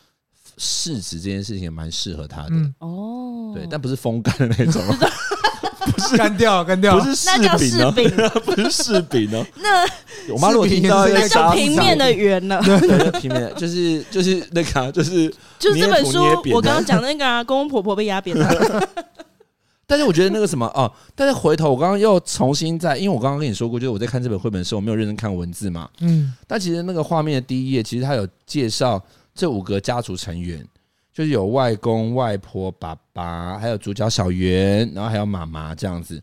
B: 市值这件事情也蛮适合她的。
C: 嗯，
D: 哦，
B: 对，但不是风干的那种哦，
C: 干掉干掉
B: 不，是柿
D: 那叫
B: 饼哦
D: 柿，饼，
B: 不是柿饼哦。
D: 那
B: 我妈如果
C: 柿饼
B: 听到
C: 也
B: 在
C: 是一个
D: 那
B: 杀
D: 叫
B: 死
D: 平
B: 她
D: 面的 圆了。
B: 对，就平面就是就是那个、啊，就是，
D: 就是这本书
B: 捏土捏，扁
D: 我刚刚讲那个 啊，公公婆婆被压扁了。
B: 但是我觉得那个什么哦，但是回头我刚刚又重新在，因为我刚刚跟你说过，就是我在看这本绘本的时候，我没有认真看文字嘛。
C: 嗯，
B: 但其实那个画面的第一页，其实它有介绍这五个家族成员，就是有外公、外婆、爸爸，还有主角小圆，然后还有妈妈这样子。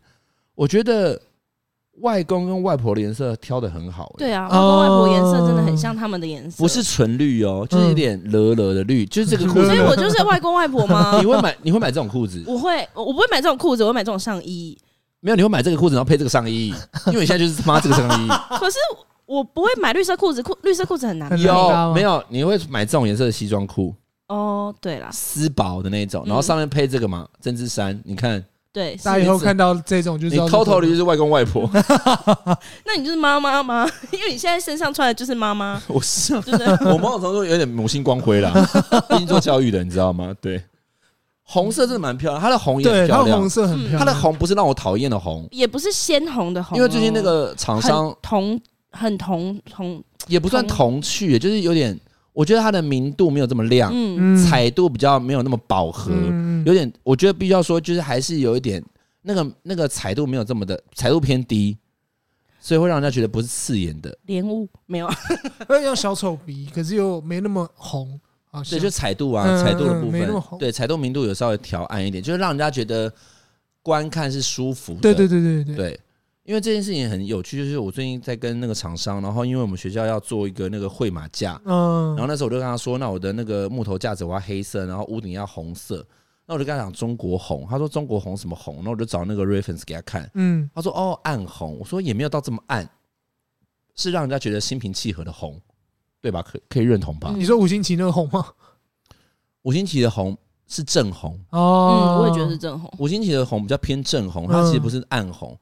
B: 我觉得外公跟外婆的颜色挑的很好、欸，
D: 对啊，
C: 哦
D: 外公外婆颜色真的很像他们的颜色，
B: 不是？纯绿哦，就是有 点惹惹的绿，就是这个裤
D: 所以
B: 子。
D: 我就是外公外婆 吗
B: 你？会 买你会买这种裤子？
D: 我会，我我不会买这种裤子，我会买这种上衣。
B: 没有，你会买这个裤子，然后配这个上衣，因为你现在就是他妈这个上 衣。
D: 可是我不会买绿色裤子，裤绿色裤子很难
C: 很
B: 嗯
D: 买。
C: 难搭
B: 有
C: 吗
B: 没有？你会买这种颜色的西装裤，
D: 哦，对啦，
B: 丝薄的那种，
C: 嗯
B: 然后上面配这个嘛，针织衫。你看，
D: 对，是
C: 大家以后看到这种就
B: 你
C: 知道是
B: 偷偷的就是外公外 婆，
D: 那你就是妈妈吗？ 因为你现在身上穿的就是妈妈，
B: 我是啊，
D: 对不对？
B: 我某种程度有点母性光 辉啦，毕竟做教育的，你知道吗？对，红色真的蛮漂亮，它的红也很
C: 对，它
B: 漂
C: 红
B: 亮，
C: 色
D: 嗯
C: 很漂亮，
B: 它的红不是让我讨厌的红，
D: 也不是鲜红的
C: 啊
D: 红哦，
B: 因为最近那个厂商
D: 很同很同同，
B: 也不算
D: 同
B: 童趣，就是有点。我觉得它的明度没有这么亮，
D: 嗯，
C: 嗯
B: 彩度比较没有那么饱和，
C: 嗯
B: 有点，我觉得必须要说，就是还是有一点那个那个彩度没有这么的彩度偏低，所以会让人家觉得不是刺眼的，
D: 莲雾没有啊，
C: 有点小丑鼻，可是又没那么红啊。
B: 对，就彩度啊，
C: 嗯
B: 彩度的部
C: 嗯没那么
B: 分，
C: 红
B: 对，彩度明度有稍微调暗一点，就是让人家觉得观看是舒服的，
C: 对对对对对对，
B: 对，因为这件事情很有趣，就是我最近在跟那个厂商，然后因为我们学校要做一个那个会马架，
C: 嗯
B: 然后那时候我就跟他说，那我的那个木头架子我要黑色，然后屋顶要红色。那我就跟他讲中国红，他说中国红什么红，那我就找那个 reference 给他看，
C: 嗯
B: 他说：“哦，暗红。”我说：“也没有到这么暗，是让人家觉得心平气和的红，对吧？可可以认同吧？
D: 嗯
C: 你说五星旗那个红吗？
B: 五星旗的红是正红，
C: 哦
D: 嗯，，我也觉得是正红，
B: 五星旗的红比较偏正红，它
C: 嗯
B: 其实不是暗红，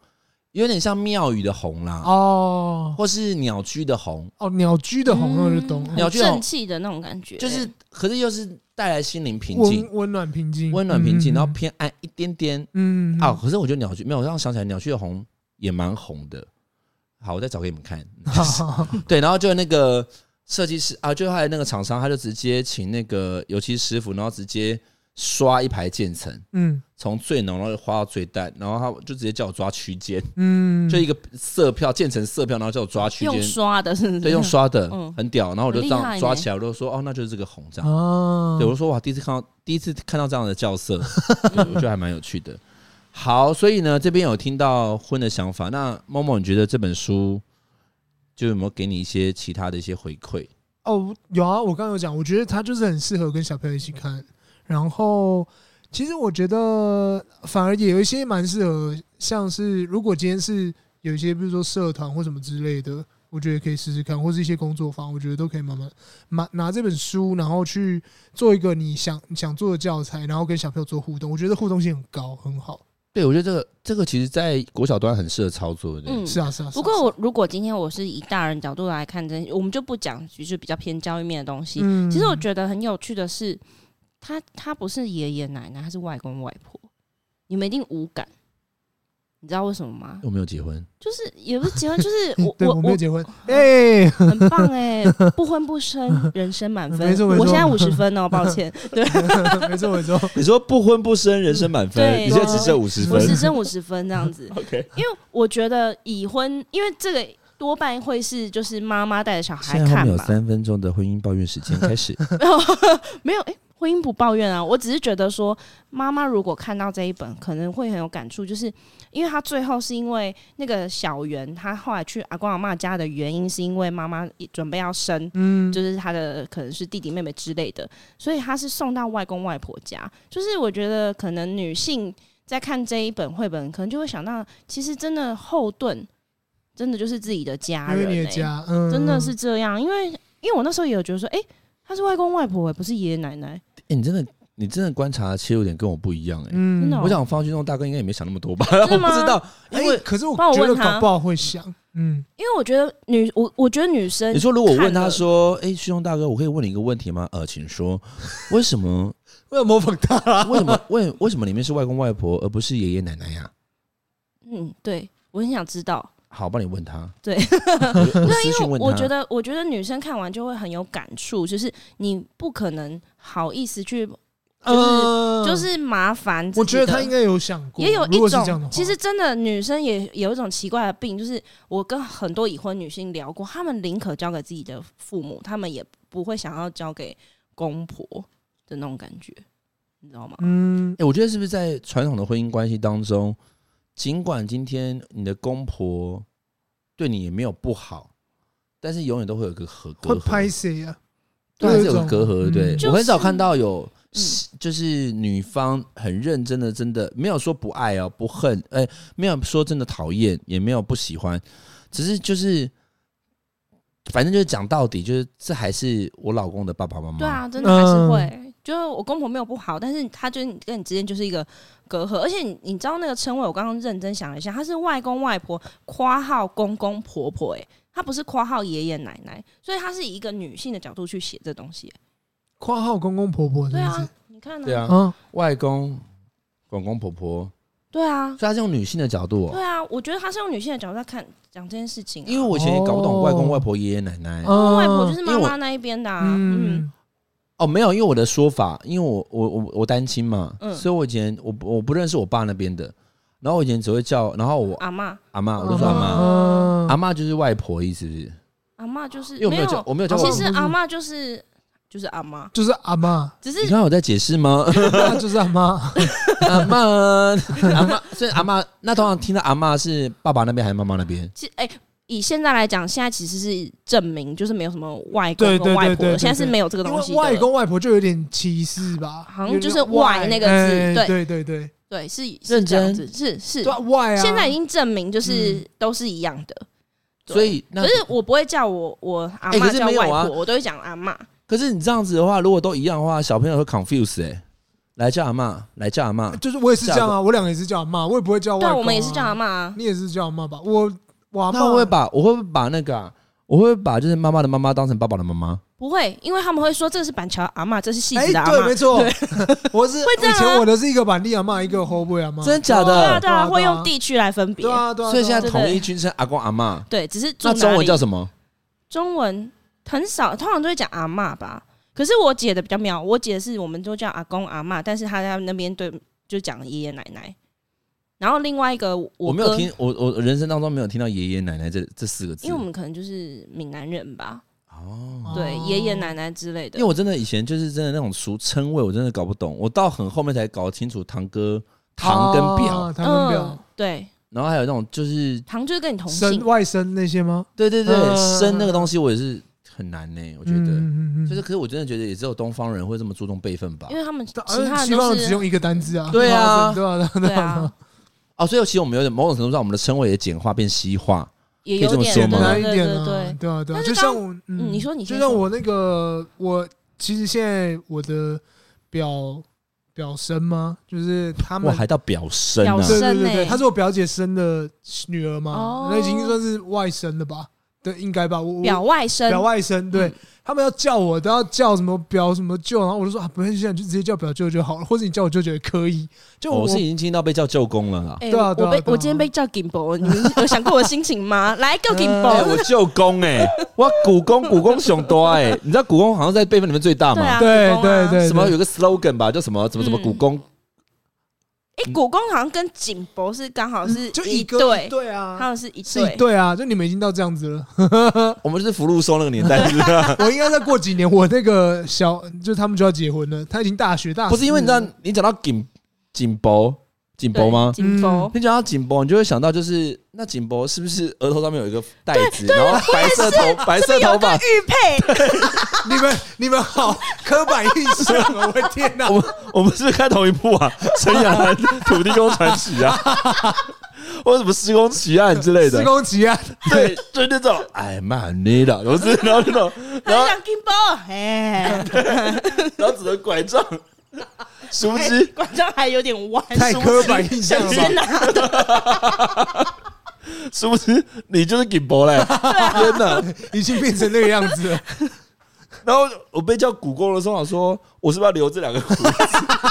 B: 有点像庙宇的红啦，
C: 哦
B: 或是鸟居的红，
C: 哦，鸟居的红，那我就懂了，
D: 嗯
B: 鸟
D: 很
B: 居的红
D: 正气的那种感觉，
B: 就是可是又是带来心灵平静、
C: 温温暖平静，
B: 温暖平静，
C: 嗯
B: 然后偏暗一点点
C: 嗯
B: 啊。可是我觉得鸟居没有，我让我想起来鸟居的红也蛮红的。好，我再找给你们 看。
C: 好好好
B: 对，然后就那个设计师啊，就后来那个厂商，他就直接请那个油漆师傅，然后直接刷一排渐层，
C: 嗯
B: 从最浓然后花到最淡，然后他就直接叫我抓区间，
C: 嗯，
B: 就一个色票渐层色票，然后叫我抓区
D: 用
B: 间，
D: 刷的，是不是？
B: 对，用刷的，
D: 嗯
B: 很屌。然后我就这
D: 很厉害
B: 样
D: 呢
B: 抓起来，我就说哦，那就是这个红这样。
C: 啊，
B: 对，我就说哇，第一次看到第一次看到这样的校色， 对我觉得还蛮有趣的。好，所以呢，这边有听到婚的想法，那某某，你觉得这本书就有没有给你一些其他的一些回馈？
C: 哦，有啊，我刚刚有讲，我觉得它就是很适合跟小朋友一起看。然后，其实我觉得反而也有一些蛮适合，像是如果今天是有一些，比如说社团或什么之类的，我觉得可以试试看，或是一些工作坊，我觉得都可以慢慢拿拿这本书，然后去做一个你想你想做的教材，然后跟小朋友做互动，我觉得互动性很高，很好。
B: 对，我觉得这个这个其实，在国小端很适合操作的。
D: 嗯
C: 是啊，是啊。是啊
D: 不过，
C: 是
D: 我如果今天我是以大人角度来看这，我们就不讲就是比较偏教育面的东西。
C: 啊嗯
D: 其实我觉得很有趣的是，他他不是爷爷奶奶，他是外公外婆，你们一定无感，你知道为什么吗？
B: 我没有结婚，
D: 就是也不是结婚，就是
C: 嗯对
D: 我
C: 我没有
D: 我
C: 结婚，哎，
D: 我 很棒哎、不婚不生，人生满分。
C: 没错没错
D: 我现在五十分哦，抱 歉，
C: 没错没 错，
B: 你说不婚不生，人生满
D: 对
B: 分，你现在只剩五十
D: 我
B: 分。
D: 只剩五十分这样 子。
B: OK，
D: 因为我觉得已婚，因为这个多半会是就是妈妈带着小孩
B: 现在后
D: 看
B: 面有
D: 嘛，
B: 三分钟的婚姻抱怨时间开始。
D: 没有哎、诶婚姻不抱怨啊，我只是觉得说，妈妈如果看到这一本，可能会很有感触，就是因为她最后是因为那个小圆，她后来去阿公阿妈家的原因，是因为妈妈准备要生，
C: 嗯，
D: 就是她的可能是弟弟妹妹之类的，所以她是送到外公外婆家。就是我觉得可能女性在看这一本绘本，可能就会想到，其实真的后盾，真的就是自己的家
C: 因
D: 人、
C: 为你的
D: 欸，
C: 家，嗯，
D: 真的是这样。因为因为我那时候也有觉得说，哎、她是外公外婆、欸，不是爷爷奶奶。
B: 哎，你真的，你真的观察其实有点跟我不一样哎。
C: 嗯，
D: 真的哦
B: 我想方俊东大哥应该也没想那么多吧？ 我
D: 的吗
B: 不知道，因
C: 哎，
B: 为
C: 可是我
D: 帮我
C: 觉得
D: 问他
C: 搞不好会想，嗯，
D: 因为我觉得女，我我觉得女生，
B: 你说如果问他说：“哎，旭东大哥，我可以问你一个问题吗？”呃，请 说，为什么？
C: 我有模仿他
D: 啊
C: 啦。
B: 为什么？为为什么里面是外公外婆而不是爷爷奶奶呀？
D: 嗯，对我很想知道，
B: 好，帮你问 他。
D: 对
B: 我就， 我私
D: 呃因
B: 讯
D: 为
B: 问
D: 我
B: 他。
D: 觉得，我觉得女生看完就会很有感触，就是你不可能好意思去，
C: 嗯，
D: 就是麻烦自己的。
C: 我觉得他应该有想过，
D: 也有
C: 如
D: 一
C: 果是这样的
D: 种
C: 话，
D: 其实真的女生也有一种奇怪的病，就是我跟很多已婚女性聊过，她们宁可交给自己的父母，她们也不会想要交给公婆的那种感觉，你知道吗？
C: 嗯
B: 哎、我觉得是不是在传统的婚姻关系当中，尽管今天你的公婆对你也没有不好，但是永远都会有一个隔隔
C: 会拍
B: 阂，
C: 谁啊？
B: 对，还是有个隔阂。
C: 嗯
B: 对、
C: 就是
B: 我很少看到有
D: 嗯，
B: 就是女方很认真的，真的没有说不爱哦，不恨，哎、没有说真的讨厌，也没有不喜欢，只是就是。反正就是讲到底，就是这还是我老公的爸爸妈妈。
D: 对啊，真的还是
C: 嗯
D: 会。就是我公婆没有不好，但是他就是跟你之间就是一个隔阂，而且你你知道那个称谓，我刚刚认真想了一下，他是外公外婆夸号公公婆婆、欸，他不是夸号爷爷奶奶，所以他是以一个女性的角度去写这东西、
C: 括号公公婆婆是
D: 对
C: 不
D: 啊
C: 是？，
D: 你看、
B: 对啊，
C: 啊，
B: 外公、公公婆婆，
D: 对啊，
B: 所以他是用女性的角度、哦
D: 对啊，我觉得他是用女性的角度在看讲这件事情啊、
B: 因为我以前也搞不懂外公、
C: 哦
B: 外婆、爷爷、奶奶。
C: 嗯
D: 外婆就是妈
B: 因为
D: 妈
B: 我
D: 那一边的、啊，嗯
C: 嗯，
B: 哦，没有，因为我的说法，因为我我我我单亲嘛，
D: 嗯
B: 所以我以前我不我不认识我爸那边的，然后我以前只会叫，然后我
D: 阿妈
B: 阿妈，我都说
D: 阿
B: 阿
D: 嬷
B: 妈，
C: 嗯
B: 阿妈就是外婆意思，是不是？
D: 阿妈就是
B: 因为我没有
D: 有哦
B: 叫，我没有叫
C: 我
B: 外
D: 其
B: 婆。
D: 实
C: 不是
D: 阿妈就是就是阿妈，
C: 就是阿 妈，
D: 只
B: 你
D: 是
B: 刚刚有在解释 吗？
C: 那就是阿妈，
B: 阿妈，阿妈，所以阿妈，那通常听到阿妈是爸爸那边还是妈妈那边？
D: 其哎、以现在来讲，现在其实是证明就是没有什么外
C: 对对
D: 公
C: 对
D: 跟外婆
C: 对对
D: 了，现在是没有这个
C: 因
D: 东西
C: 为
D: 的。
C: 外公外婆就有点歧视吧，
D: 好像
C: 有点
D: 就是外那个字
C: 哎
D: 对
C: 对对对，
D: 对是是
B: 认
D: 这样
B: 真
D: 子是是
C: 对啊外啊，
D: 现在已经证明就是、
C: 嗯
D: 都是一样的。对
B: 所以那
D: 可是我不会叫我我阿
B: 哎可
D: 妈
B: 是
D: 叫
B: 没有
D: 外婆，
B: 啊
D: 我都会讲阿妈。
B: 可是你这样子的话，如果都一样的话，小朋友会 confuse 哎、来叫阿妈，来叫阿妈，
C: 就是我也是这样啊，我两个也是叫阿妈，我也不会叫外
D: 对
C: 公
D: 啊，
C: 啊，
D: 我们也是叫阿妈啊。
C: 你也是叫阿妈吧？我我阿
B: 那
C: 妈
B: 我会把我会不会把那个、啊，我会不会把就是妈妈的妈妈当成爸爸的妈妈。
D: 不会，因为他们会说这是板桥阿妈，这是戏
C: 哎、
D: 子的阿
C: 对，
D: 妈。
C: 没错， 我是
D: 会这
C: 以
D: 样啊
C: 前我的是一个板栗阿妈，一个侯伯阿妈，
B: 真假
D: 对啊，
B: 的？
D: 对啊，
C: 对啊
D: 会用地区来分别
C: 对。啊对啊，
B: 所以现在
C: 对啊
B: 统一军称阿公阿妈，
D: 对，只是住
B: 那中
D: 哪
B: 文
D: 里
B: 叫什么？
D: 中文很少，通常都会讲阿嬷吧。可是我姐的比较妙，我姐是我们都叫阿公阿嬷，但是她在那边对就讲爷爷奶奶。然后另外一个我
B: 我没
D: 哥
B: 有听，我我人生当中没有听到爷爷奶奶这这四个字。
D: 因为我们可能就是闽南人吧，
C: 啊
B: 哦，
D: 对爷爷奶奶之类的
B: 因为。我真的以前就是真的那种俗称谓，我真的搞不懂，我到很后面才搞清楚堂哥、堂跟表，
C: 哦堂跟表，，
D: 对，
B: 然后还有那种就是
D: 堂就是跟嗯你同
C: 生
D: 姓，
C: 外甥那些吗？
B: 对对对，
C: 嗯
B: 生那个东西我也是很难呢、我觉得。
C: 嗯嗯
B: 就是，可是我真的觉得也只有东方人会这么注重辈分吧
D: 因。为他们
C: 而
D: 其
C: 且
D: 他
C: 西
D: 人
C: 方人
D: 都
C: 呃只
D: 是
C: 用一个单字啊，
B: 对啊
C: 对啊，对
D: 对
C: 啊
D: 啊，，
B: 哦，所以其实我们有点某种程度上，我们的称谓也简化变西化。
D: 也
B: 可以
D: 有
B: 这么
D: 点
B: 说
C: 简
D: 对
B: 吗
C: 单一
D: 对对
C: 点啊，
D: 对
C: 对啊，对啊，
D: 但是
C: 就像我，嗯
D: 嗯你说你
C: 就
D: 先
C: 像
D: 说
C: 我那个，我其实现在我的表表生吗？就是他
B: 哇，
C: 们
B: 还到表生
D: 表
B: 啊！
C: 对对
D: 生
C: 对对，
D: 欸
C: 她是我表姐生的女儿嘛
D: 哦，
C: 那已经算是外甥了吧？对，应该吧。我我
D: 表外甥，
C: 表外甥， 对
D: 嗯
C: 他们要叫我都要叫什么表什么舅，然后我就说啊，不用现在就直接叫表舅就好了，或者你叫我舅舅也可以。就
B: 哦
C: 我
B: 我是已经听到被叫舅公了啦。
D: 哎
C: 对啊对啊
D: 我被
C: 对啊
D: 我今天被叫 Gimbo，你们有想过我的心 情吗？来，叫
B: 哎
C: 嗯
D: Gimbo，
B: 我舅公哎、哇，古公古公熊多哎、你知道古公好像在辈分里面最大
D: 对
B: 嘛？
D: 啊，
C: 对
D: 古公
C: 对
D: 啊
C: 对
B: 什么有个 slogan 吧，叫什么什么什么
D: 嗯
B: 古公，
D: 哎，古公好像跟景博是刚好是
C: 嗯就
D: 一
C: 哥一
D: 对，
C: 对
D: 他
C: 啊，
D: 们是一
C: 是一
D: 对。
C: 对啊，就你们已经到这样子了。
B: 我们就是福禄寿那个年代，是不是？
C: 我应该再过几年，我那个小就他们就要结婚了，他已经大学大四了，
B: 不是因为你知道，你讲到锦锦博锦
D: 对
B: 博吗？
D: 景
C: 嗯
D: 博，
B: 你讲到锦博，你就会想到就是那锦博是不是额头上面有一个袋子，然后白色头白色头
D: 有个
B: 发？
D: 玉 佩，
C: 你们你们好刻板印象哦，我的天哪
B: 我！们我们是不是看同一部啊，《陈雅兰土地公传奇》啊， 或者什么《施工奇案》之类的
C: 施。工奇啊，
B: 对，就是那种哎妈你的，然后是然后那种，然后
D: 很想 Gimbo，哎，
B: 然后只能拐杖，殊不知
D: 管账哎还有点歪，
C: 太
B: 哎
D: 是不
C: 刻
D: 是
C: 板印象了吧
D: 神仙呐，
B: 殊不知你就是锦博 嘞，天哪！
C: 已经变成那个样子了。
B: 然后我被叫古公的时候，我想说我是不是要留这两个胡子，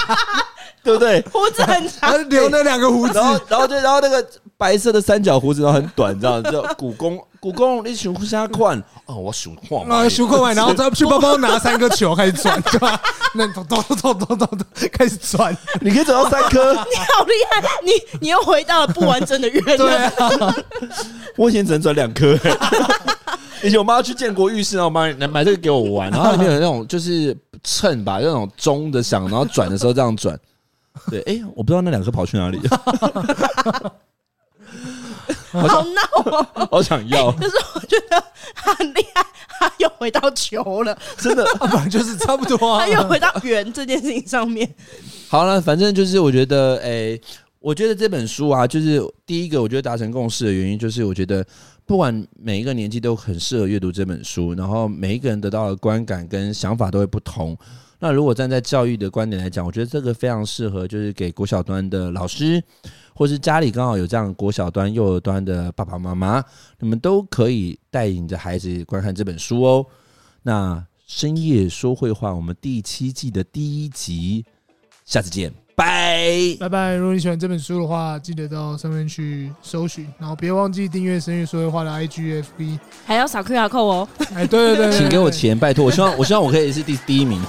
B: 对不对？
D: 胡子很
C: 他
D: 长，
C: 留那两个胡子
B: 然，后，然后就，然后那个白色的三角胡子，然后很短，这样叫古公。古公，你想啥款？哦，我想看嘛。
C: 啊，修过完，然后再去包包拿三个球开始转，对吧？那咚咚咚咚咚咚开始转，
B: 你可以找到三颗。
D: 你好厉害，你你又回到了不完 整的月
C: 对
D: 亮，
C: 啊，
B: 我以前只能转两 颗。以前我妈去建国浴室，然后我妈来买这个给我玩，然后它里面有那种就是秤吧，那种钟的响，然后转的时候这样转。 对，哎、我不知道那两颗跑去 哪里，
D: 好闹哦。
B: 好想要，
D: 可是我觉得他很厉害，他又回到球了，
B: 真的。
C: 啊反正就是差不多啊
D: 他。又回到圆这件事情上面。
B: 好了，反正就是我觉得，哎、我觉得这本书啊，就是第一个，我觉得达成共识的原因，就是我觉得不管每一个年纪都很适合阅读这本书，然后每一个人得到的观感跟想法都会不同。那如果站在教育的观点来讲，我觉得这个非常适合，就是给国小端的老师，或是家里刚好有这样国小端、幼儿端的爸爸妈妈，你们都可以带领着孩子观看这本书哦。那深夜说会话，我们第七季的第一集下次见，拜。
C: 拜拜！如果你喜欢这本书的话，记得到上面去搜寻，然后别忘记订阅《神与说会话》的 IG、FB。
D: 还要扫 QR code 哦。
C: 哎，对对对对，
B: 请给我
C: 对
B: 钱，拜托！我希望，我希望我可以是第第一名。